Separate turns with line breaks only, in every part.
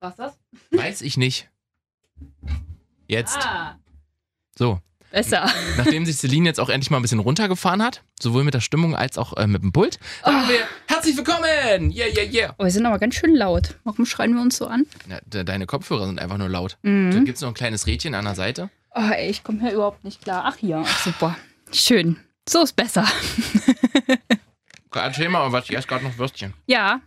Was ist das?
Weiß ich nicht. Jetzt.
Ah,
So.
Besser.
Nachdem sich Celine jetzt auch endlich mal ein bisschen runtergefahren hat, sowohl mit der Stimmung als auch äh, mit dem Pult, sagen wir herzlich willkommen! Yeah, yeah, yeah!
Oh, wir sind aber ganz schön laut. Warum schreien wir uns so an?
Na, de deine Kopfhörer sind einfach nur laut. Da
Mhm.
gibt es noch ein kleines Rädchen an der Seite.
Oh, ey, ich komme hier überhaupt nicht klar. Ach ja, super. Schön. So ist besser.
Erzähl mal, was ich esse gerade noch Würstchen.
Ja,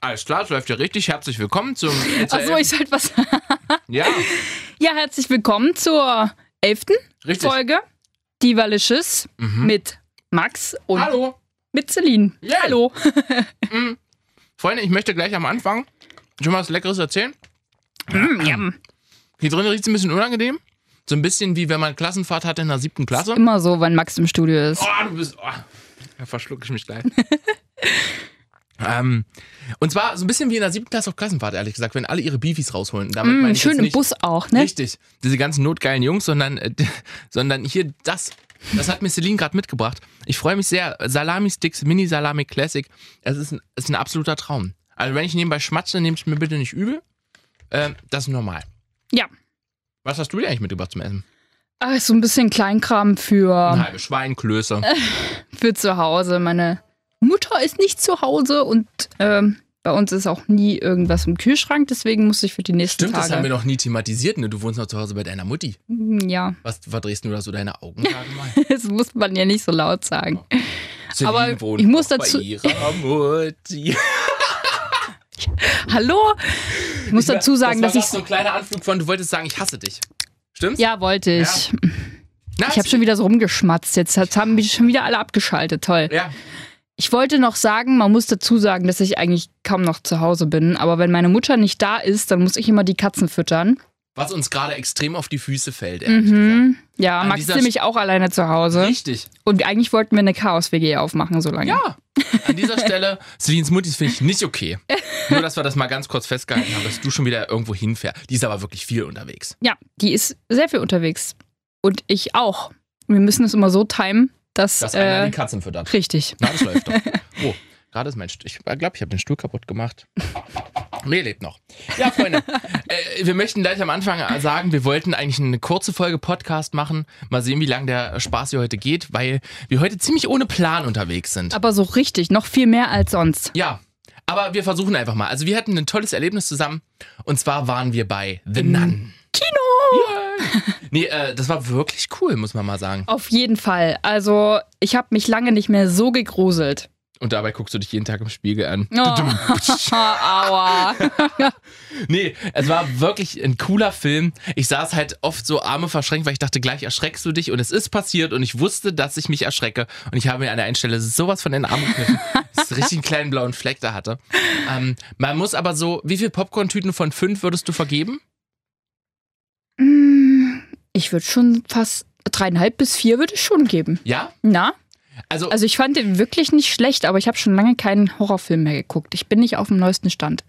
Alles klar, es läuft ja richtig. Herzlich willkommen zum.
achso, ich sollte was sagen.
ja,
Ja, herzlich willkommen zur elften
richtig.
Folge Divalicious
Mhm.
mit Max und
Hallo!
mit Celine.
Ja.
Hallo.
Freunde, ich möchte gleich am Anfang schon mal was Leckeres erzählen.
Mm, yum.
Hier drin riecht es ein bisschen unangenehm. So ein bisschen wie wenn man Klassenfahrt hatte in der siebten Klasse.
Immer so, wenn Max im Studio ist.
Oh, du bist. Oh, da verschlucke ich mich gleich. ähm, und zwar so ein bisschen wie in der siebten Klasse auf Klassenfahrt, ehrlich gesagt, wenn alle ihre Beefies rausholen. Damit meine
Mm,
ich
schön
jetzt
im
nicht,
Bus auch, ne?
Richtig. Diese ganzen notgeilen Jungs, sondern, äh, sondern hier das. Das hat mir Celine gerade mitgebracht. Ich freue mich sehr. Salami-Sticks, Mini-Salami Classic. Es ist ein, ist ein absoluter Traum. Also, wenn ich nebenbei schmatze, nehmt es mir bitte nicht übel. Ähm, das ist normal.
Ja.
Was hast du dir eigentlich mitgebracht zum Essen?
Ah, so ein bisschen Kleinkram für,
Ein halbe Schweinklöße.
Äh, für zu Hause. Meine Mutter ist nicht zu Hause und ähm, bei uns ist auch nie irgendwas im Kühlschrank, deswegen muss ich für die nächsten
Stimmt, das haben
Tage.
wir noch nie thematisiert. Ne? Du wohnst noch zu Hause bei deiner Mutti.
Hm, ja,
Was verdrehst du da so deine Augen gerade mal?
das muss man ja nicht so laut sagen.
Celine
Aber
wohnt
ich muss
noch
dazu-
Bei ihrer Mutti.
Hallo? Ich muss dazu sagen,
das war
dass
grad so ein
ich.
kleiner Anflug von, du wolltest sagen, ich hasse dich. Stimmt's?
Ja, wollte ich.
Na,
Ich habe schon wieder so rumgeschmatzt. Jetzt hat- haben mich schon wieder alle abgeschaltet. Toll.
Ja,
Ich wollte noch sagen, man muss dazu sagen, dass ich eigentlich kaum noch zu Hause bin. Aber wenn meine Mutter nicht da ist, dann muss ich immer die Katzen füttern.
was uns gerade extrem auf die Füße fällt, ehrlich gesagt.
Mhm. Ne? Ja,
An
Max
dieser
ist nämlich auch alleine zu Hause.
Richtig.
Und eigentlich wollten wir eine Chaos-WG aufmachen, so lange.
Ja. An dieser Stelle, Celines Muttis finde ich nicht okay. Nur, dass wir das mal ganz kurz festgehalten haben, dass du schon wieder irgendwo hinfährst. Die ist aber wirklich viel unterwegs.
ja, die ist sehr viel unterwegs. Und ich auch. Wir müssen es immer so timen, dass.
Dass einer
äh,
die Katzen füttert.
richtig.
Na, das läuft doch. Oh, gerade ist mein Stuhl. Ich glaube, ich habe den Stuhl kaputt gemacht. Nee, lebt noch. Ja, Freunde, äh, wir möchten gleich am Anfang sagen, wir wollten eigentlich eine kurze Folge Podcast machen. Mal sehen, wie lange der Spaß hier heute geht, weil wir heute ziemlich ohne Plan unterwegs sind.
Aber so richtig, noch viel mehr als sonst.
Ja, aber wir versuchen einfach mal. Also, wir hatten ein tolles Erlebnis zusammen. Und zwar waren wir bei The Nun. Kino! Yeah. Nee, äh, das war wirklich cool, muss man mal sagen.
Auf jeden Fall. Also, ich habe mich lange nicht mehr so gegruselt.
Und dabei guckst du dich jeden Tag im Spiegel an.
Oh. Aua.
Nee, es war wirklich ein cooler Film. Ich saß halt oft so Arme verschränkt, weil ich dachte, gleich erschreckst du dich und es ist passiert und ich wusste, dass ich mich erschrecke und ich habe mir an der einen Stelle sowas von den Armen gekniffen, dass ich richtig einen kleinen blauen Fleck da hatte. Ähm, man muss aber so, wie viel Popcorn-Tüten von fünf würdest du vergeben?
Mm, Ich würde schon fast dreieinhalb bis vier würde ich schon geben.
Ja?
Na?
Also,
Also ich fand den wirklich nicht schlecht, aber ich habe schon lange keinen Horrorfilm mehr geguckt. Ich bin nicht auf dem neuesten Stand.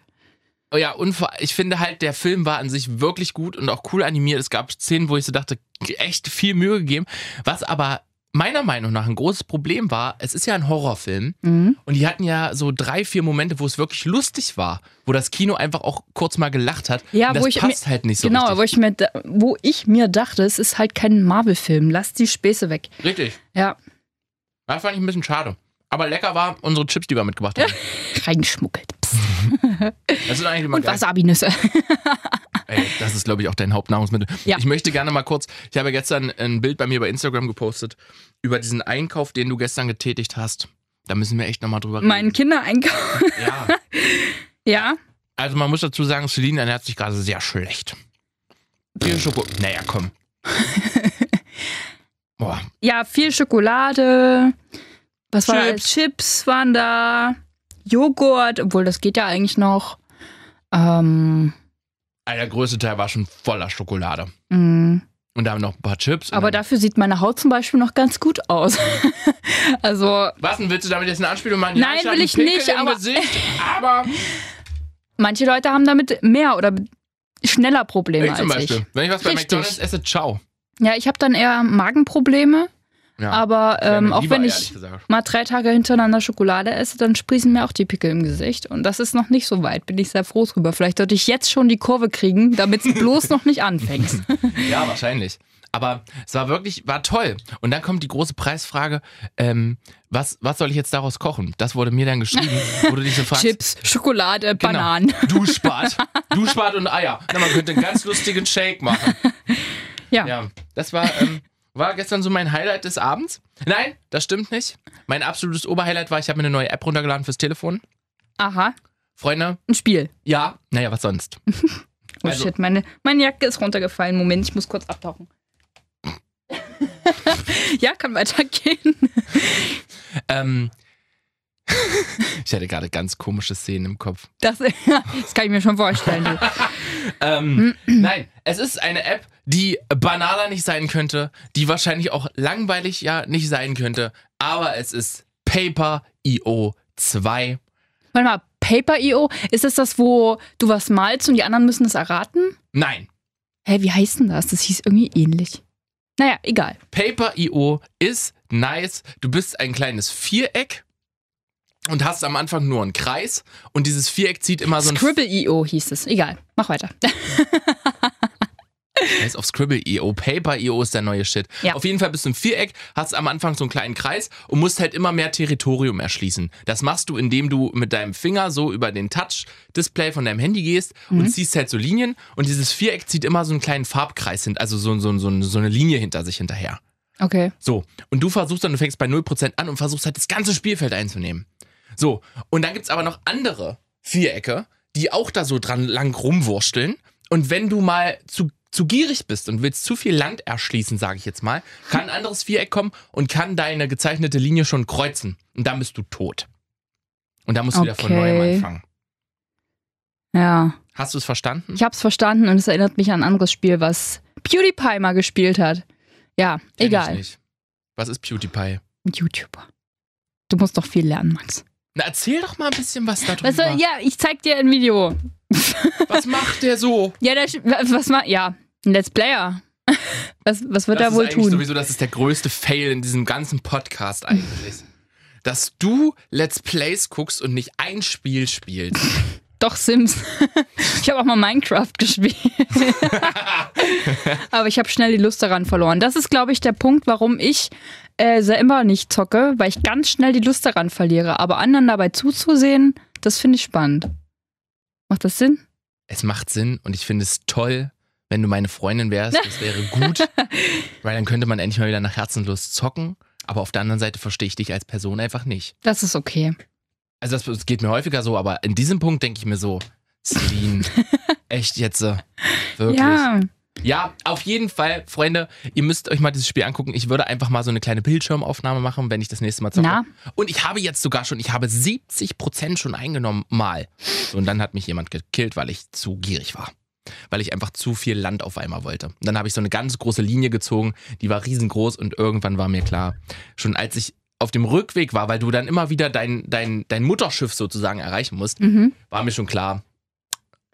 oh ja, und vor- ich finde halt, der Film war an sich wirklich gut und auch cool animiert. Es gab Szenen, wo ich so dachte, echt viel Mühe gegeben. Was aber meiner Meinung nach ein großes Problem war, es ist ja ein Horrorfilm.
Mhm.
Und die hatten ja so drei, vier Momente, wo es wirklich lustig war, wo das Kino einfach auch kurz mal gelacht hat.
Ja,
und das
wo ich
passt halt nicht so
genau, wo
richtig.
ich, mir, da- wo ich mir dachte, es ist halt kein Marvel-Film. Lass die Späße weg.
Richtig.
Ja,
Das fand ich ein bisschen schade. Aber lecker war unsere Chips, die wir mitgebracht haben.
reingeschmuggelt. Psst.
Das ist eigentlich immer
Und
geil.
Wasabi-Nüsse.
Ey, das ist, glaube ich, auch dein Hauptnahrungsmittel.
Ja.
Ich möchte gerne mal kurz, ich habe gestern ein Bild bei mir bei Instagram gepostet über diesen Einkauf, den du gestern getätigt hast. Da müssen wir echt nochmal drüber reden.
mein Kindereinkauf.
Ja.
Ja,
Also man muss dazu sagen, Celine ernährt sich gerade sehr schlecht. Viel Schoko. Naja, komm. Boah.
ja, viel Schokolade. Was war da?
Chips.
Chips waren da. Joghurt, obwohl das geht ja eigentlich noch. Ähm,
Also Der größte Teil war schon voller Schokolade.
mh.
Und da haben noch ein paar Chips. und
mm. Aber
dann,
dafür sieht meine Haut zum Beispiel noch ganz gut aus. also
was denn willst du damit jetzt eine Anspielung machen?
Nein,
hab
will
einen
ich
Pickel
nicht,
im
aber-
Gesicht, aber
manche Leute haben damit mehr oder schneller Probleme
ich zum
als
Beispiel.
ich.
Wenn ich was bei
Richtig.
McDonalds esse, ciao.
Ja, ich habe dann eher Magenprobleme,
Ja.
Aber
Wär mir
ähm, auch
lieber,
wenn
ehrlich
ich
gesagt.
mal drei Tage hintereinander Schokolade esse, dann sprießen mir auch die Pickel im Gesicht. Und das ist noch nicht so weit, bin ich sehr froh drüber. Vielleicht sollte ich jetzt schon die Kurve kriegen, damit es bloß noch nicht anfängt.
Ja, wahrscheinlich. Aber es war wirklich, war toll. Und dann kommt die große Preisfrage, ähm, was, was soll ich jetzt daraus kochen? Das wurde mir dann geschrieben, wo du dich so fragst.
Chips, Schokolade,
Genau.
Bananen.
Duschbad. Duschbad und Eier. Na, man könnte einen ganz lustigen Shake machen.
Ja.
Ja, das war, ähm, war gestern so mein Highlight des Abends. Nein, das stimmt nicht. Mein absolutes Oberhighlight war, ich habe mir eine neue App runtergeladen fürs Telefon.
Aha,
Freunde,
ein Spiel.
ja, naja, was sonst?
Oh
Also-
shit, meine, meine Jacke ist runtergefallen. Moment, ich muss kurz abtauchen. ja, kann weitergehen.
Ähm, ich hatte gerade ganz komische Szenen im Kopf.
Das, das kann ich mir schon vorstellen. du.
Ähm, nein, es ist eine App, die banaler nicht sein könnte, die wahrscheinlich auch langweilig ja nicht sein könnte, aber es ist Paper IO 2.
Warte mal, Paper.io, ist das das, wo du was malst und die anderen müssen es erraten?
Nein,
Hä, wie heißt denn das? Das hieß irgendwie ähnlich. Naja, egal.
Paper.io ist nice. Du bist ein kleines Viereck und hast am Anfang nur einen Kreis und dieses Viereck zieht immer so Also ein
Scribble.io hieß es. Egal, mach weiter.
Kreis auf Scribble.io. Paper.io ist der neue Shit.
Ja.
Auf jeden Fall bist du im Viereck, hast am Anfang so einen kleinen Kreis und musst halt immer mehr Territorium erschließen. Das machst du, indem du mit deinem Finger so über den Touch-Display von deinem Handy gehst und ziehst halt so Linien und dieses Viereck zieht immer so einen kleinen Farbkreis hin, also so, so, so, so eine Linie hinter sich hinterher.
Okay.
So, und du versuchst dann, du fängst bei 0% an und versuchst halt das ganze Spielfeld einzunehmen. So, und dann gibt's aber noch andere Vierecke, die auch da so dran lang rumwurschteln. Und wenn du mal zu, zu gierig bist und willst zu viel Land erschließen, sage ich jetzt mal, kann ein anderes Viereck kommen und kann deine gezeichnete Linie schon kreuzen. Und dann bist du tot. Und dann musst du wieder von neuem
Okay.
anfangen.
Ja.
Hast du es verstanden?
Ich hab's verstanden und es erinnert mich an ein anderes Spiel, was PewDiePie mal gespielt hat. Ja,
Kenn Ich
egal.
nicht. Was ist PewDiePie?
Ein YouTuber. Du musst doch viel lernen, Max.
Na, erzähl doch mal ein bisschen was darüber.
Weißt du, ja, ich zeig dir ein Video.
Was macht der so?
Ja, der, Sch- wa- was ma- Ja, ein Let's Player. Was, was wird
das
er wohl
ist eigentlich
tun?
sowieso, das ist der größte Fail in diesem ganzen Podcast eigentlich. Dass du Let's Plays guckst und nicht ein Spiel spielst.
Doch Sims. ich habe auch mal Minecraft gespielt. Aber ich habe schnell die Lust daran verloren. Das ist, glaube ich, der Punkt, warum ich äh, sehr immer nicht zocke, weil ich ganz schnell die Lust daran verliere. Aber anderen dabei zuzusehen, das finde ich spannend. Macht das Sinn?
Es macht Sinn und ich finde es toll, wenn du meine Freundin wärst. Das wäre gut, weil dann könnte man endlich mal wieder nach Herzenslust zocken. Aber auf der anderen Seite verstehe ich dich als Person einfach nicht.
Das ist okay.
Also das, das geht mir häufiger so, aber in diesem Punkt denke ich mir so, Celine, echt jetzt, äh, wirklich.
Ja,
Ja, auf jeden Fall, Freunde, ihr müsst euch mal dieses Spiel angucken. Ich würde einfach mal so eine kleine Bildschirmaufnahme machen, wenn ich das nächste Mal zocke.
Na?
Und ich habe jetzt sogar schon, ich habe 70% schon eingenommen, mal. So, und dann hat mich jemand gekillt, weil ich zu gierig war. Weil ich einfach zu viel Land auf einmal wollte. Und dann habe ich so eine ganz große Linie gezogen, die war riesengroß und irgendwann war mir klar, schon als ich auf dem Rückweg war, weil du dann immer wieder dein, dein, dein Mutterschiff sozusagen erreichen musst,
mhm.
war mir schon klar,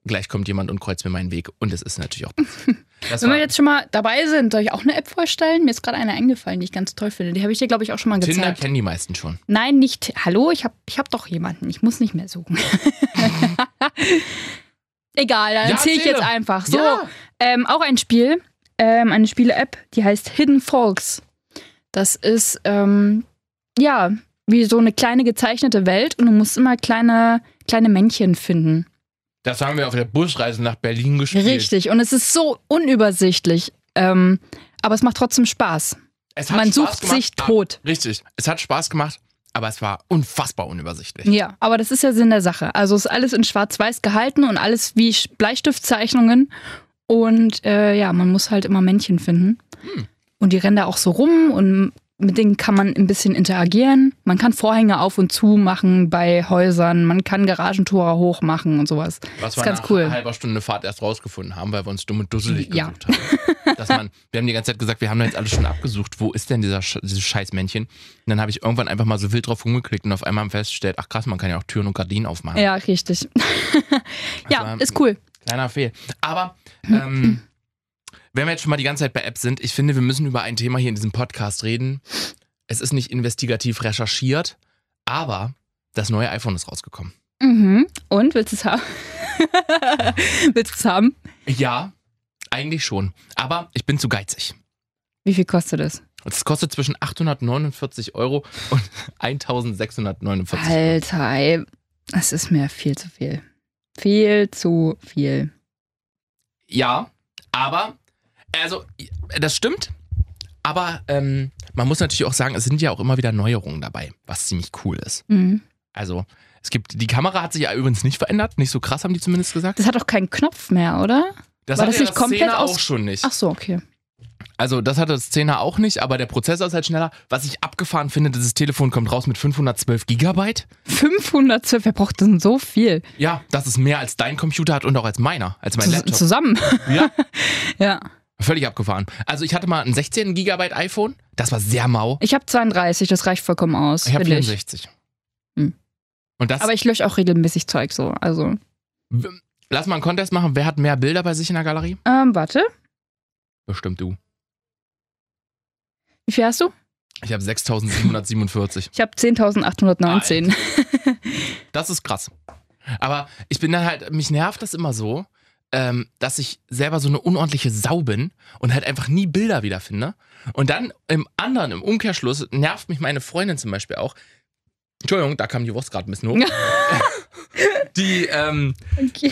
gleich kommt jemand und kreuzt mir meinen Weg. Und es ist natürlich auch. Das
Wenn
war-
wir jetzt schon mal dabei sind, soll ich auch eine App vorstellen? Mir ist gerade eine eingefallen, die ich ganz toll finde. Die habe ich dir, glaube ich, auch schon mal
Tinder
gezeigt.
kennen die meisten schon.
Nein, nicht. Hallo, ich habe ich hab doch jemanden. Ich muss nicht mehr suchen. Egal, dann
Ja,
erzähle ich
erzähl
jetzt
doch.
einfach. So,
Ja.
ähm, auch ein Spiel, ähm, eine Spiele-App, die heißt Hidden Folks. Das ist, ähm, ja, wie so eine kleine gezeichnete Welt und du musst immer kleine, kleine Männchen finden.
Das haben wir auf der Busreise nach Berlin gespielt.
Richtig, und es ist so unübersichtlich, ähm, aber es macht trotzdem Spaß.
Es hat
Man
Spaß
sucht
gemacht,
sich
aber-
tot.
Richtig. Es hat Spaß gemacht, aber es war unfassbar unübersichtlich.
Ja, aber das ist ja Sinn der Sache. Also ist alles in Schwarz-Weiß gehalten und alles wie Sch- Bleistiftzeichnungen. Und äh, ja, man muss halt immer Männchen finden. Und die rennen da auch so rum und mit denen kann man ein bisschen interagieren. Man kann Vorhänge auf und zu machen bei Häusern. Man kann Garagentore hoch machen und sowas.
Was
ist
wir
ganz
nach
cool.
einer halben Stunde Fahrt erst rausgefunden haben, weil wir uns dumm und dusselig
Ja.
gesucht haben. Dass man, wir haben die ganze Zeit gesagt, wir haben da jetzt alles schon abgesucht. Wo ist denn dieser, Sch- dieses Scheißmännchen? Und dann habe ich irgendwann einfach mal so wild drauf rumgeklickt und auf einmal festgestellt, ach krass, man kann ja auch Türen und Gardinen aufmachen.
Ja, richtig. ja,
war-
ist cool.
Kleiner Fehl. Aber ähm, Wenn wir jetzt schon mal die ganze Zeit bei Apps sind, ich finde, wir müssen über ein Thema hier in diesem Podcast reden. Es ist nicht investigativ recherchiert, aber das neue iPhone ist rausgekommen.
Mhm. Und willst du es haben? willst du es haben?
Ja, eigentlich schon. Aber ich bin zu geizig.
Wie viel kostet es?
Und es kostet zwischen 849 Euro und 1649 Euro.
Alter, ey. Es ist mir viel zu viel. Viel zu viel.
Ja, aber, also, das stimmt. Aber ähm, man muss natürlich auch sagen, es sind ja auch immer wieder Neuerungen dabei, was ziemlich cool ist.
Mhm.
Also, es gibt, die Kamera hat sich ja übrigens nicht verändert. Nicht so krass, haben die zumindest gesagt.
Das hat doch keinen Knopf mehr, oder?
Das
war
hatte
das
ja
nicht komplett
Zehner
aus-
auch schon nicht.
Ach so, okay.
Also, das hatte das 10er auch nicht, aber der Prozessor ist halt schneller. Was ich abgefahren finde, dieses Telefon kommt raus mit 512 Gigabyte.
512, wer braucht denn so viel?
Ja, das ist mehr als dein Computer hat und auch als meiner, als mein
Zus-
Laptop.
Zusammen.
Ja.
ja.
Völlig abgefahren. Also ich hatte mal ein 16 Gigabyte iPhone, das war sehr mau.
Ich habe 32, das reicht vollkommen aus.
Ich habe
finde
64.
Hm.
Und das,
Aber ich lösche auch regelmäßig Zeug so. Also,
w- lass mal einen Contest machen, wer hat mehr Bilder bei sich in der Galerie?
ähm, warte.
Bestimmt du.
Wie viel hast du?
Ich habe 6747.
Ich habe 10.819.
Das ist krass. Aber ich bin dann halt, mich nervt das immer so, ähm, dass ich selber so eine unordentliche Sau bin und halt einfach nie Bilder wiederfinde. Und dann im anderen, im Umkehrschluss, nervt mich meine Freundin zum Beispiel auch. Entschuldigung, da kam die Wurst gerade ein bisschen hoch. die, ähm,
Okay.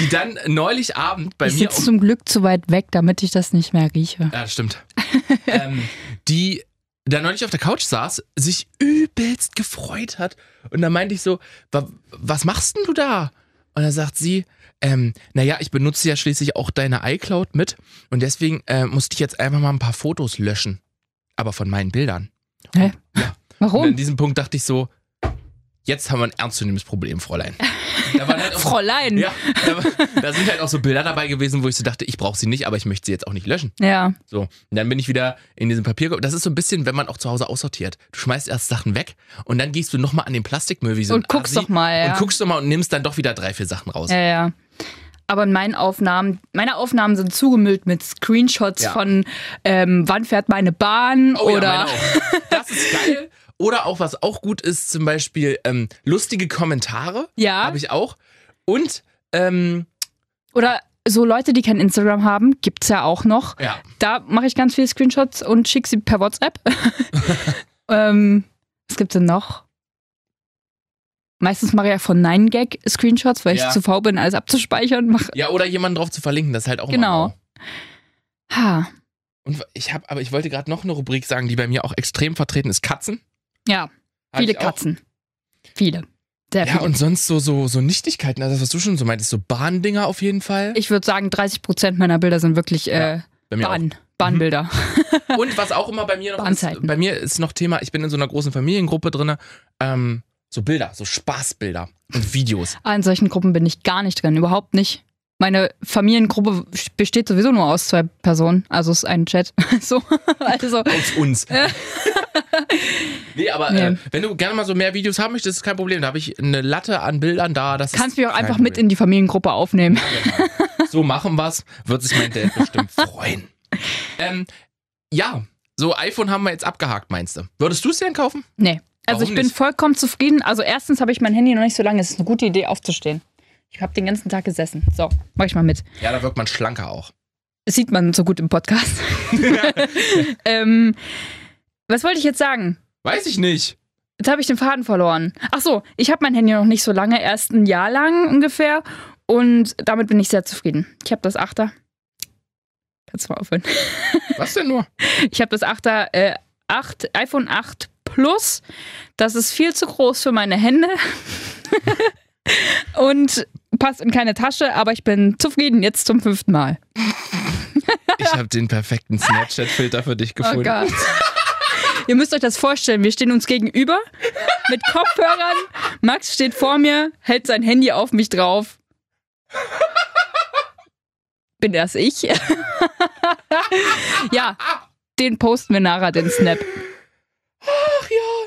die dann neulich Abend bei
ich
mir
sitze zum Glück zu weit weg, damit ich das nicht mehr rieche.
Ja, das stimmt. ähm, die da neulich auf der Couch saß, sich übelst gefreut hat. Und dann meinte ich so, "Wa- was machst denn du da? Und dann sagt sie, ähm, naja, ich benutze ja schließlich auch deine iCloud mit. Und deswegen äh, musste ich jetzt einfach mal ein paar Fotos löschen. Aber von meinen Bildern. Und
Warum?
an diesem Punkt dachte ich so, jetzt haben wir ein ernstzunehmendes Problem, Fräulein. Da waren halt auch so-
Fräulein.
ja, da, da sind halt auch so Bilder dabei gewesen, wo ich so dachte, ich brauche sie nicht, aber ich möchte sie jetzt auch nicht löschen.
ja.
So, und dann bin ich wieder in diesem Papierkorb. Das ist so ein bisschen, wenn man auch zu Hause aussortiert. Du schmeißt erst Sachen weg und dann gehst du nochmal an den Plastikmüll wie so ein
Und guckst
Assi
doch mal, ja.
Und guckst nochmal und nimmst dann doch wieder drei, vier Sachen raus.
Ja, ja. Aber in meinen Aufnahmen, meine Aufnahmen sind zugemüllt mit Screenshots
Ja.
von ähm, wann fährt meine Bahn
Oh
oder
ja, meine auch. Das ist geil. Oder auch, was auch gut ist, zum Beispiel ähm, lustige Kommentare.
Ja.
Habe ich auch. Und, ähm,
oder so Leute, die kein Instagram haben, gibt's ja auch noch.
ja.
Da mache ich ganz viele Screenshots und schicke sie per WhatsApp. ähm, was gibt's denn noch? Meistens mache ich ja von 9gag Screenshots, weil
Ja.
ich zu faul bin, alles abzuspeichern. Mach,
Ja, oder jemanden drauf zu verlinken, das ist halt auch
Genau.
Mal. mau.
ha,
Und ich habe, aber ich wollte gerade noch eine Rubrik sagen, die bei mir auch extrem vertreten ist: Katzen.
ja,
Hab
viele
ich auch.
Katzen. Viele. Sehr
Ja,
viele.
und sonst so, so, so Nichtigkeiten, also das, was du schon so meintest, so Bahndinger auf jeden Fall.
ich würde sagen, 30% meiner Bilder sind wirklich äh,
Bei mir Mhm.
Bahn, Bahnbilder.
auch. Und was auch immer bei mir noch ist,
Bahnzeiten.
bei mir ist noch Thema, ich bin in so einer großen Familiengruppe drin, ähm, so Bilder, so Spaßbilder und Videos.
Ah, in solchen Gruppen bin ich gar nicht drin, überhaupt nicht. Meine Familiengruppe besteht sowieso nur aus zwei Personen, also ist ein Chat. So, also
Aus uns. nee, aber Äh,
Nee.
wenn du gerne mal so mehr Videos haben möchtest, ist kein Problem. Da habe ich eine Latte an Bildern da. Das
kannst
ist
mich auch
kein
einfach mit
Problem.
in die Familiengruppe aufnehmen.
Genau. So machen wir's. Wird sich mein Dad bestimmt freuen. Ähm, ja, so iPhone haben wir jetzt abgehakt, meinst du? Würdest du es denn kaufen?
Nee. Also
Warum
ich bin
nicht?
vollkommen zufrieden. Also erstens habe ich mein Handy noch nicht so lange. Es ist eine gute Idee, aufzustehen. Ich habe den ganzen Tag gesessen. So, mach ich mal mit.
Ja, da wirkt man schlanker auch.
Das sieht man so gut im Podcast. ähm, was wollte ich jetzt sagen?
Weiß ich nicht.
Jetzt habe ich den Faden verloren. Ach so, ich habe mein Handy noch nicht so lange, erst ein Jahr lang ungefähr. Und damit bin ich sehr zufrieden. Ich habe das Achter. Kannst du mal aufhören.
Was denn nur?
Ich habe das Achter, äh, 8, iPhone 8 Plus. Das ist viel zu groß für meine Hände. Und passt in keine Tasche, aber ich bin zufrieden jetzt zum fünften Mal.
Ich habe den perfekten Snapchat-Filter für dich gefunden.
Oh Gott. Ihr müsst euch das vorstellen, wir stehen uns gegenüber mit Kopfhörern. Max steht vor mir, hält sein Handy auf mich drauf. Bin das ich? ja, den posten wir nachher, den Snap.
Ach ja.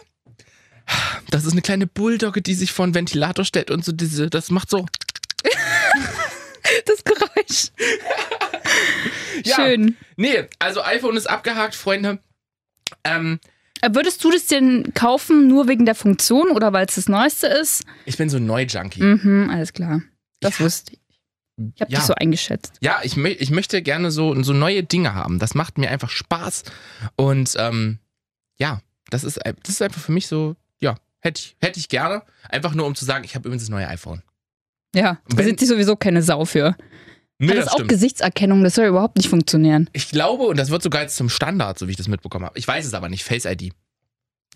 Das ist eine kleine Bulldogge, die sich vor einen Ventilator stellt und so diese, das macht so.
Das Geräusch.
Ja.
Schön.
Nee, also iPhone ist abgehakt, Freunde. Ähm,
Äh, Würdest du das denn kaufen, nur wegen der Funktion oder weil es das Neueste ist?
ich bin so ein Neu-Junkie.
Mhm, alles klar. Das
Ja.
wusste ich. Ich habe
Ja.
das so eingeschätzt.
Ja, ich, mö ich möchte gerne so, so neue Dinge haben. Das macht mir einfach Spaß. Und ähm, ja, das ist, ein- das ist einfach für mich so, ja, hätte ich, hätte ich gerne. Einfach nur, um zu sagen, ich habe übrigens das neue iPhone.
Ja, da
Wenn-
sind sie sowieso keine Sau für.
Nee,
Hat das, auch Gesichtserkennung, das soll überhaupt nicht funktionieren.
Ich glaube, und das wird sogar jetzt zum Standard, so wie ich das mitbekommen habe. Ich weiß es aber nicht. Face ID.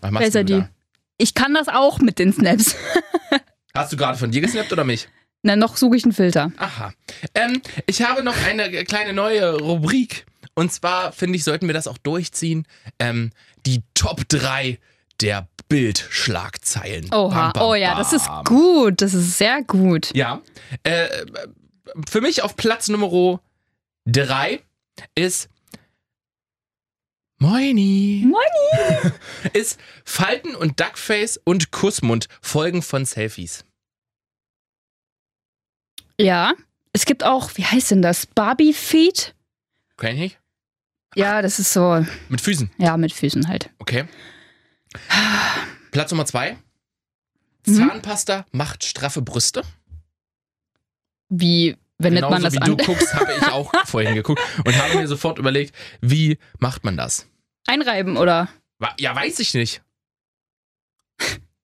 Was machst
Face
du
ID.
da?
Ich kann das auch mit den Snaps.
Hast du gerade von dir gesnappt oder mich?
Na, noch suche ich einen Filter.
Aha. Ähm, ich habe noch eine kleine neue Rubrik. Und zwar, finde ich, sollten wir das auch durchziehen. Ähm, die Top 3 der Bildschlagzeilen.
Oha,
Bam, bam,
oh ja, das ist
bam.
gut, das ist sehr gut.
Ja. Äh, für mich auf Platz Nummer 3 ist Moini. Moini. ist Falten und Duckface und Kussmund Folgen von Selfies.
Ja, es gibt auch, wie heißt denn das? Barbie Feet?
Kenn ich?
Ja, das ist so,
Mit Füßen,
ja, mit Füßen halt.
okay. Platz Nummer 2.
Mhm.
Zahnpasta macht straffe Brüste.
Wie wendet
Genauso
man das
wie
an?
du guckst, habe ich auch vorhin geguckt und habe mir sofort überlegt, wie macht man das?
Einreiben oder?
Wa- Ja, weiß ich nicht.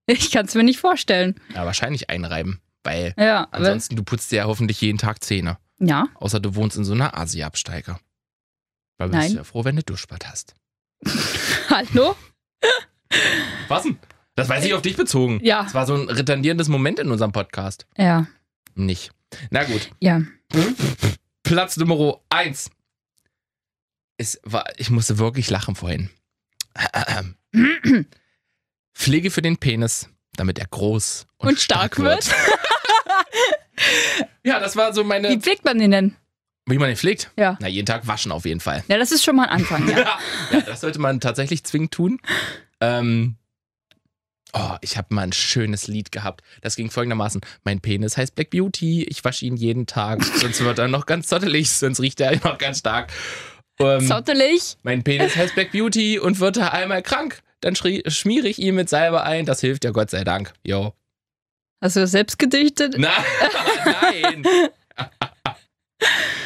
Ich kann es mir nicht vorstellen.
Ja, wahrscheinlich einreiben, weil
Ja, aber,
Ansonsten, du putzt dir ja hoffentlich jeden Tag Zähne.
ja.
Außer du wohnst in so einer Asi-Absteiger. Da bist
Nein.
du ja froh, wenn du Duschbad hast.
Hallo?
Was denn? Das weiß
Äh,
ich auf dich bezogen.
Ja,
Das war so ein retardierendes Moment in unserem Podcast.
ja,
Nicht. Na gut.
ja.
Platz Nummer 1. Es war, ich musste wirklich lachen vorhin. Pflege für den Penis, damit er groß und,
Und stark
ja, das war so meine.
Wie pflegt man den denn?
Wie man den pflegt?
Ja.
Na, jeden Tag waschen auf jeden Fall.
Ja, das ist schon mal ein Anfang, ja.
Ja. ja, das sollte man tatsächlich zwingend tun. Ähm, oh, ich habe mal ein schönes Lied gehabt. Das ging folgendermaßen: Mein Penis heißt Black Beauty. Ich wasche ihn jeden Tag, sonst wird er noch ganz zottelig, sonst riecht er noch ganz stark. Ähm,
Zottelig.
mein Penis heißt Black Beauty und wird er einmal krank, dann schrie- schmiere ich ihn mit Salbe ein. Das hilft ja Gott sei Dank. Jo.
Hast du das selbst gedichtet?
Na, nein.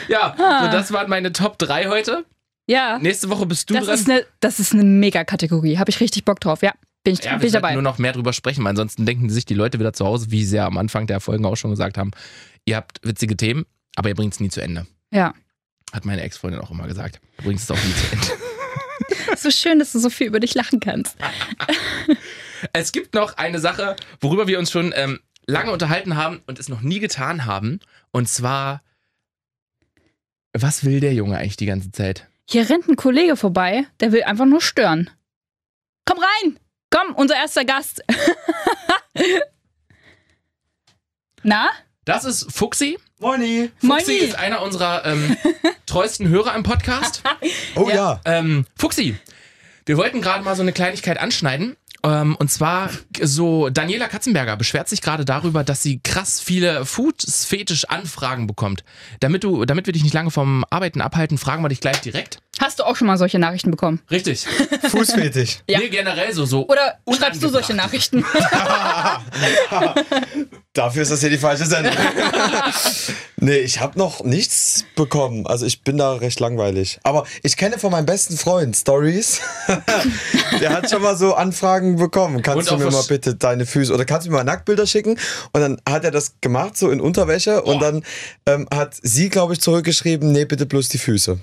ja,
Ah.
so das waren meine Top 3 heute.
Ja.
Nächste Woche bist du
Das
dran.
ist, eine, das ist eine Mega-Kategorie. Habe ich richtig Bock drauf. Ja, bin ich,
Ja,
bin
wir
ich
sollten
dabei.
nur noch mehr drüber sprechen, weil ansonsten denken sich die Leute wieder zu Hause, wie sie ja am Anfang der Folgen auch schon gesagt haben, ihr habt witzige Themen, aber ihr bringt es nie zu Ende.
Ja.
Hat meine Ex-Freundin auch immer gesagt. Du bringst es auch nie zu Ende.
So schön, dass du so viel über dich lachen kannst.
es gibt noch eine Sache, worüber wir uns schon ähm, lange unterhalten haben und es noch nie getan haben. Und zwar, was will der Junge eigentlich die ganze Zeit?
Hier rennt ein Kollege vorbei, der will einfach nur stören. Komm rein! Komm, unser erster Gast. Na?
Das ist Fuxi.
Moini!
Fuxi
Moini.
ist einer unserer ähm, treuesten Hörer im Podcast.
Oh ja.
Ähm, Fuxi, wir wollten gerade mal so eine Kleinigkeit anschneiden. Ähm, und zwar so, Daniela Katzenberger beschwert sich gerade darüber, dass sie krass viele Food-Fetisch-Anfragen bekommt. Damit, du, damit wir dich nicht lange vom Arbeiten abhalten, fragen wir dich gleich direkt.
Hast du auch schon mal solche Nachrichten bekommen?
Richtig.
Fußfetisch.
Ja.
Nee, generell so. so.
Oder schreibst du
Unangebracht.
solche Nachrichten?
Dafür ist das hier die falsche Sendung. nee, ich habe noch nichts bekommen. Also ich bin da recht langweilig. Aber ich kenne von meinem besten Freund Stories. Der hat schon mal so Anfragen bekommen.
Und
Kannst du
auch
mir mal
was-
bitte deine Füße oder kannst du mir mal Nacktbilder schicken? Und dann hat er das gemacht, so in Unterwäsche. Und dann ähm, hat sie, glaube ich, zurückgeschrieben, nee, bitte bloß die Füße.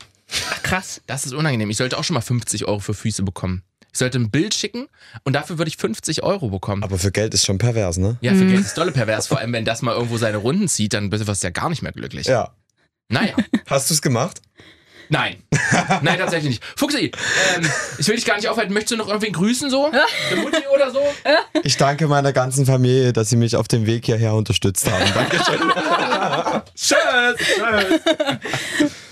Krass. Das ist unangenehm. Ich sollte auch schon mal 50 Euro für Füße bekommen. Ich sollte ein Bild schicken und dafür würde ich 50 Euro bekommen.
Aber für Geld ist schon pervers, ne?
Ja,
Mhm.
für Geld ist dolle pervers. Vor allem, wenn das mal irgendwo seine Runden zieht, dann bist du fast ja gar nicht mehr glücklich.
Ja.
Naja.
Hast du es gemacht?
Nein. Nein, tatsächlich nicht. Fuxi, ähm, ich will dich gar nicht aufhalten. Möchtest du noch irgendwen grüßen so? Eine Mutti oder so?
Äh.
Ich danke meiner ganzen Familie, dass sie mich auf dem Weg hierher unterstützt haben. Dankeschön.
Tschüss.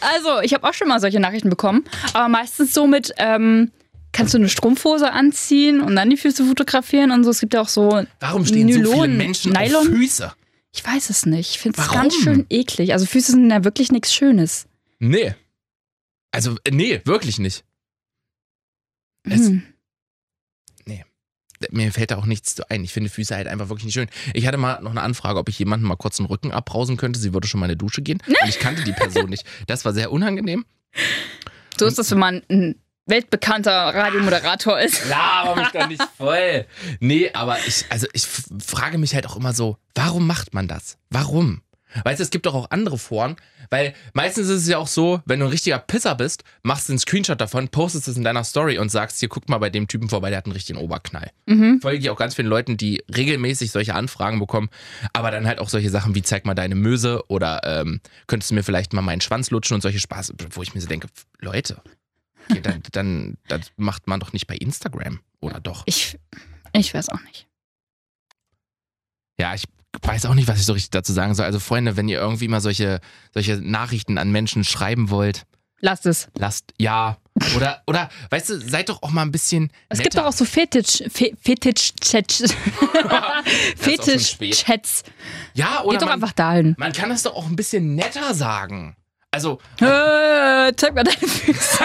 Also, ich habe auch schon mal solche Nachrichten bekommen, aber meistens so mit, ähm, kannst du eine Strumpfhose anziehen und dann die Füße fotografieren und so. Es gibt ja auch so,
Warum stehen so viele
Nylon,
Menschen auf
Nylon?
Füße?
ich weiß es nicht, ich finde es
Warum?
ganz schön eklig. Also Füße sind ja wirklich nichts Schönes.
Nee. Also, äh, nee, wirklich nicht. Es-
Hm.
Mir fällt da auch nichts zu ein. Ich finde Füße halt einfach wirklich nicht schön. Ich hatte mal noch eine Anfrage, ob ich jemandem mal kurz den Rücken abbrausen könnte. Sie würde schon mal in die Dusche gehen. Und ich kannte die Person nicht. Das war sehr unangenehm.
So ist das, wenn man ein weltbekannter Radiomoderator ist.
Laber mich doch nicht voll. Nee, aber ich, also ich f- frage mich halt auch immer so, warum macht man das? Warum? Weißt du, es gibt doch auch andere Foren, weil meistens ist es ja auch so, wenn du ein richtiger Pisser bist, machst du einen Screenshot davon, postest es in deiner Story und sagst, hier guck mal bei dem Typen vorbei, der hat einen richtigen Oberknall.
Mhm.
Folge ich auch ganz vielen Leuten, die regelmäßig solche Anfragen bekommen, aber dann halt auch solche Sachen wie zeig mal deine Möse oder ähm, könntest du mir vielleicht mal meinen Schwanz lutschen und solche Spaß, wo ich mir so denke, pf, Leute, okay, dann, dann das macht man doch nicht bei Instagram oder doch?
Ich, ich weiß auch nicht.
Ja, ich weiß auch nicht, was ich so richtig dazu sagen soll. Also Freunde, wenn ihr irgendwie mal solche, solche Nachrichten an Menschen schreiben wollt,
Lasst es.
lasst ja oder oder weißt du, seid doch auch mal ein bisschen
Es
netter.
gibt doch auch so Fetisch, Fe Fetisch Chats. Fetisch Chats.
ja
Geht
oder
doch
man,
einfach dahin.
man kann das doch auch ein bisschen netter sagen. Also
Äh, zeig mal deine Füße.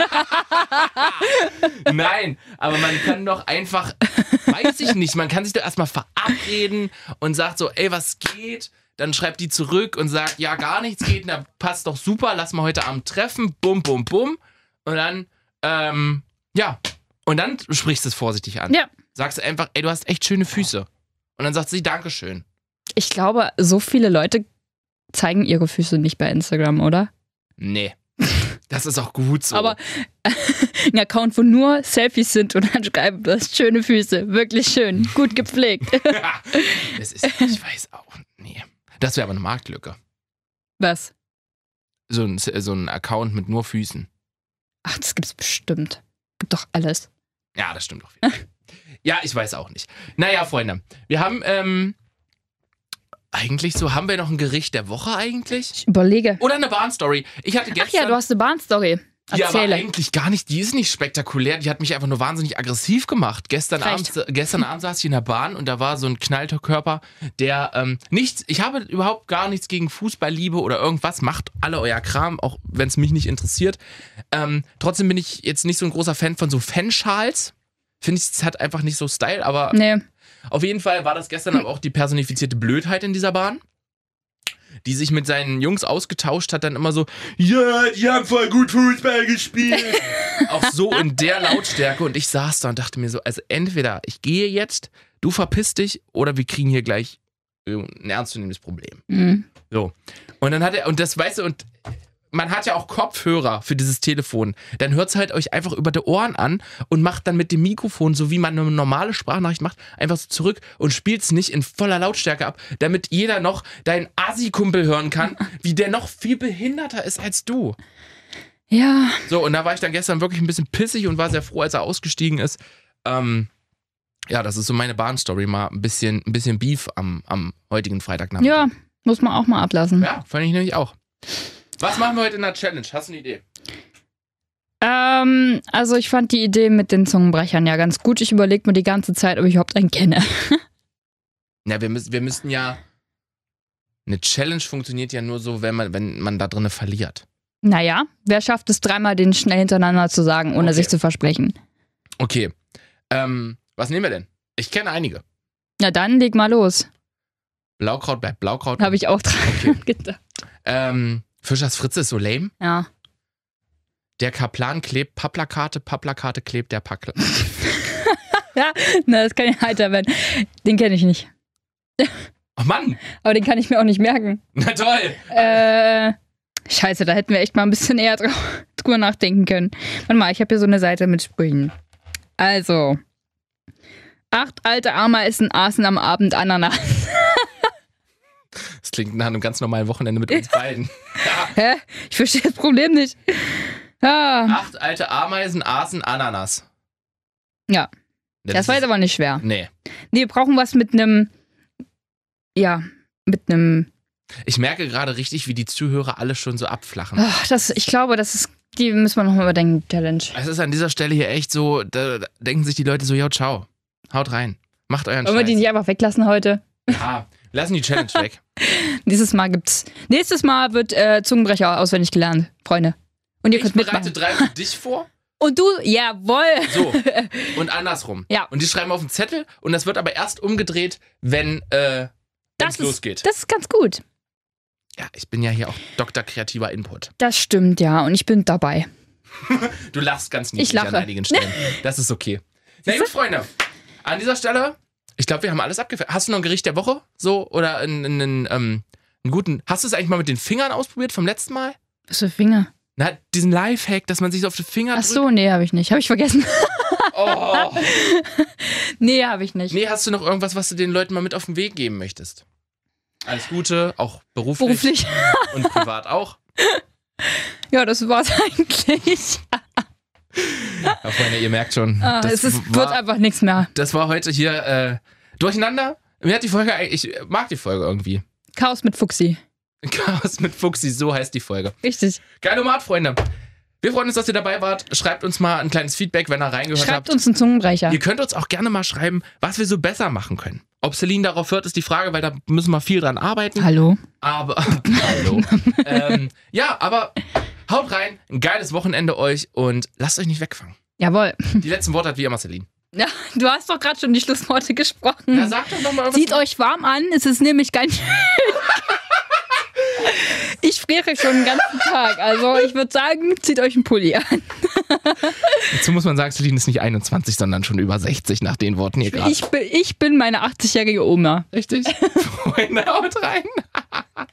Nein, aber man kann doch einfach, weiß ich nicht, man kann sich doch erstmal verabreden und sagt so, ey, was geht? Dann schreibt die zurück und sagt, ja, gar nichts geht, na, passt doch super, lass mal heute Abend treffen, bum, bum, bum. Und dann, ähm, ja, und dann sprichst du es vorsichtig an.
Ja.
Sagst einfach, ey, du hast echt schöne Füße. Und dann sagt sie, Dankeschön.
Ich glaube, so viele Leute zeigen ihre Füße nicht bei Instagram, oder?
Nee. Das ist auch gut so.
Aber ein Account, wo nur Selfies sind und dann schreiben, du hast schöne Füße, wirklich schön, gut gepflegt.
es ist, ich weiß auch, nee. Das wäre aber eine Marktlücke.
Was?
So ein, so ein Account mit nur Füßen.
Ach, das gibt's bestimmt. Gibt doch alles.
Ja, das stimmt auch wieder. ja, ich weiß auch nicht. Naja, Freunde, wir haben ähm, eigentlich so, haben wir noch ein Gericht der Woche eigentlich?
Ich überlege.
Oder eine Bahnstory. Ich hatte
Ach
gestern.
ja, du hast eine Bahnstory.
ja, aber
Erzähle.
eigentlich gar nicht. Die ist nicht spektakulär. Die hat mich einfach nur wahnsinnig aggressiv gemacht. Gestern Abend, äh,
Reicht.
gestern Abend saß ich in der Bahn und da war so ein knallter Körper, der ähm, nichts. Ich habe überhaupt gar nichts gegen Fußballliebe oder irgendwas. Macht alle euer Kram, auch wenn es mich nicht interessiert. Ähm, trotzdem bin ich jetzt nicht so ein großer Fan von so Fanschals. Finde ich, es hat einfach nicht so Style, aber
nee.
auf jeden Fall war das gestern aber auch die personifizierte Blödheit in dieser Bahn. Die sich mit seinen Jungs ausgetauscht hat, dann immer so, ja, die haben voll gut Fußball gespielt. auch so in der Lautstärke. Und ich saß da und dachte mir so, also entweder ich gehe jetzt, du verpisst dich, oder wir kriegen hier gleich ein ernstzunehmendes Problem.
Mhm.
So. Und dann hat er, und das weißt du, und man hat ja auch Kopfhörer für dieses Telefon. Dann hört es halt euch einfach über die Ohren an und macht dann mit dem Mikrofon, so wie man eine normale Sprachnachricht macht, einfach so zurück und spielt es nicht in voller Lautstärke ab, damit jeder noch deinen Asi-Kumpel hören kann, wie der noch viel behinderter ist als du.
Ja,
So, und da war ich dann gestern wirklich ein bisschen pissig und war sehr froh, als er ausgestiegen ist. Ähm, ja, das ist so meine Bahnstory, mal ein bisschen, ein bisschen Beef am, am heutigen Freitagnachmittag.
ja, muss man auch mal ablassen.
Ja, fand ich nämlich auch. Was machen wir heute in der Challenge? Hast du eine Idee?
Ähm, also ich fand die Idee mit den Zungenbrechern ja ganz gut. Ich überlege mir die ganze Zeit, ob ich überhaupt einen kenne.
Na, wir, müssen, wir müssten ja. Eine Challenge funktioniert ja nur so, wenn man, wenn man da drinne verliert.
Naja, wer schafft es dreimal, den schnell hintereinander zu sagen, ohne
Okay.
sich zu versprechen?
Okay. Ähm, was nehmen wir denn? Ich kenne einige.
Na dann leg mal los.
Blaukraut bleibt Blaukraut.
Habe ich auch dran
Okay.
gedacht.
Ähm, Fischers Fritze ist so lame.
Ja.
Der Kaplan klebt Paplakate, Paplakate klebt der Packler.
Na, das kann ja heiter werden. Den kenne ich nicht.
Oh Mann!
Aber den kann ich mir auch nicht merken.
Na toll!
Äh, scheiße, da hätten wir echt mal ein bisschen eher dra- drüber nachdenken können. Warte mal, ich habe hier so eine Seite mit Sprüchen. Also. Acht alte Ameisen aßen am Abend Ananas.
Das klingt nach einem ganz normalen Wochenende mit uns beiden.
Hä? Ich verstehe das Problem nicht. Ah,
Acht alte Ameisen aßen Ananas.
Ja. das
ist-
war jetzt aber nicht schwer.
Nee.
Nee, wir brauchen was mit einem. Ja, mit einem.
Ich merke gerade richtig, wie die Zuhörer alle schon so abflachen.
Ach, ah, das, ich glaube, das ist. Die müssen wir nochmal überdenken, die Challenge.
Es ist an dieser Stelle hier echt so, da, da denken sich die Leute so, ja, ciao. Haut rein. Macht euren
Wollen wir die
Scheiß.
nicht einfach weglassen heute?
Ja, lassen die Challenge weg.
Dieses Mal gibt's. Nächstes Mal wird äh, Zungenbrecher auswendig gelernt, Freunde. Und ihr
Ich
könnt
bereite
mitmachen.
drei für dich vor.
Und du, jawohl.
So. Und andersrum.
Ja.
Und die schreiben auf den Zettel und das wird aber erst umgedreht, wenn äh,
Das ist,
es losgeht.
das ist ganz gut.
ja, ich bin ja hier auch Dr. Kreativer Input.
Das stimmt, ja. Und ich bin dabei.
Du lachst ganz niedlich an
lache.
einigen Stellen. Das ist okay. Na gut, Freunde. An dieser Stelle, ich glaube, wir haben alles abgefällt. Hast du noch ein Gericht der Woche? So? Oder einen, einen, ähm, einen guten. Hast du es eigentlich mal mit den Fingern ausprobiert vom letzten Mal?
Das ist der Finger.
Na, diesen Lifehack, dass man sich so auf die Finger
Ach
drückt.
so, nee, habe ich nicht. Habe ich vergessen.
Oh.
nee, habe ich nicht.
Nee, hast du noch irgendwas, was du den Leuten mal mit auf den Weg geben möchtest? Alles Gute, auch beruflich,
Beruflich.
und privat auch.
Ja, das war's eigentlich.
Ja, Freunde, ihr merkt schon,
Ah,
das,
es ist, wird
war,
einfach nichts mehr.
das war heute hier äh, durcheinander. Mir hat die Folge, eigentlich- ich mag die Folge irgendwie.
Chaos mit Fuchsi.
Chaos mit Fuchsi, so heißt die Folge.
Richtig.
Geilomat, Freunde. Wir freuen uns, dass ihr dabei wart. Schreibt uns mal ein kleines Feedback, wenn ihr reingehört habt.
Schreibt uns einen Zungenbrecher.
Ihr könnt uns auch gerne mal schreiben, was wir so besser machen können. Ob Celine darauf hört, ist die Frage, weil da müssen wir viel dran arbeiten.
Hallo.
Aber, hallo. ähm, ja, aber haut rein. Ein geiles Wochenende euch und lasst euch nicht wegfangen.
Jawohl.
Die letzten Worte hat wie immer Celine.
Ja, du hast doch gerade schon die Schlussworte gesprochen.
Ja, sagt doch nochmal irgendwas.
Zieht euch warm an, es ist nämlich ganz schön. Ich friere schon den ganzen Tag. Also ich würde sagen, zieht euch einen Pulli an.
Dazu muss man sagen, Celine ist nicht 21, sondern schon über 60 nach den Worten hier gerade.
Ich bin, ich bin meine 80-jährige Oma.
Richtig? Freunde, haut rein.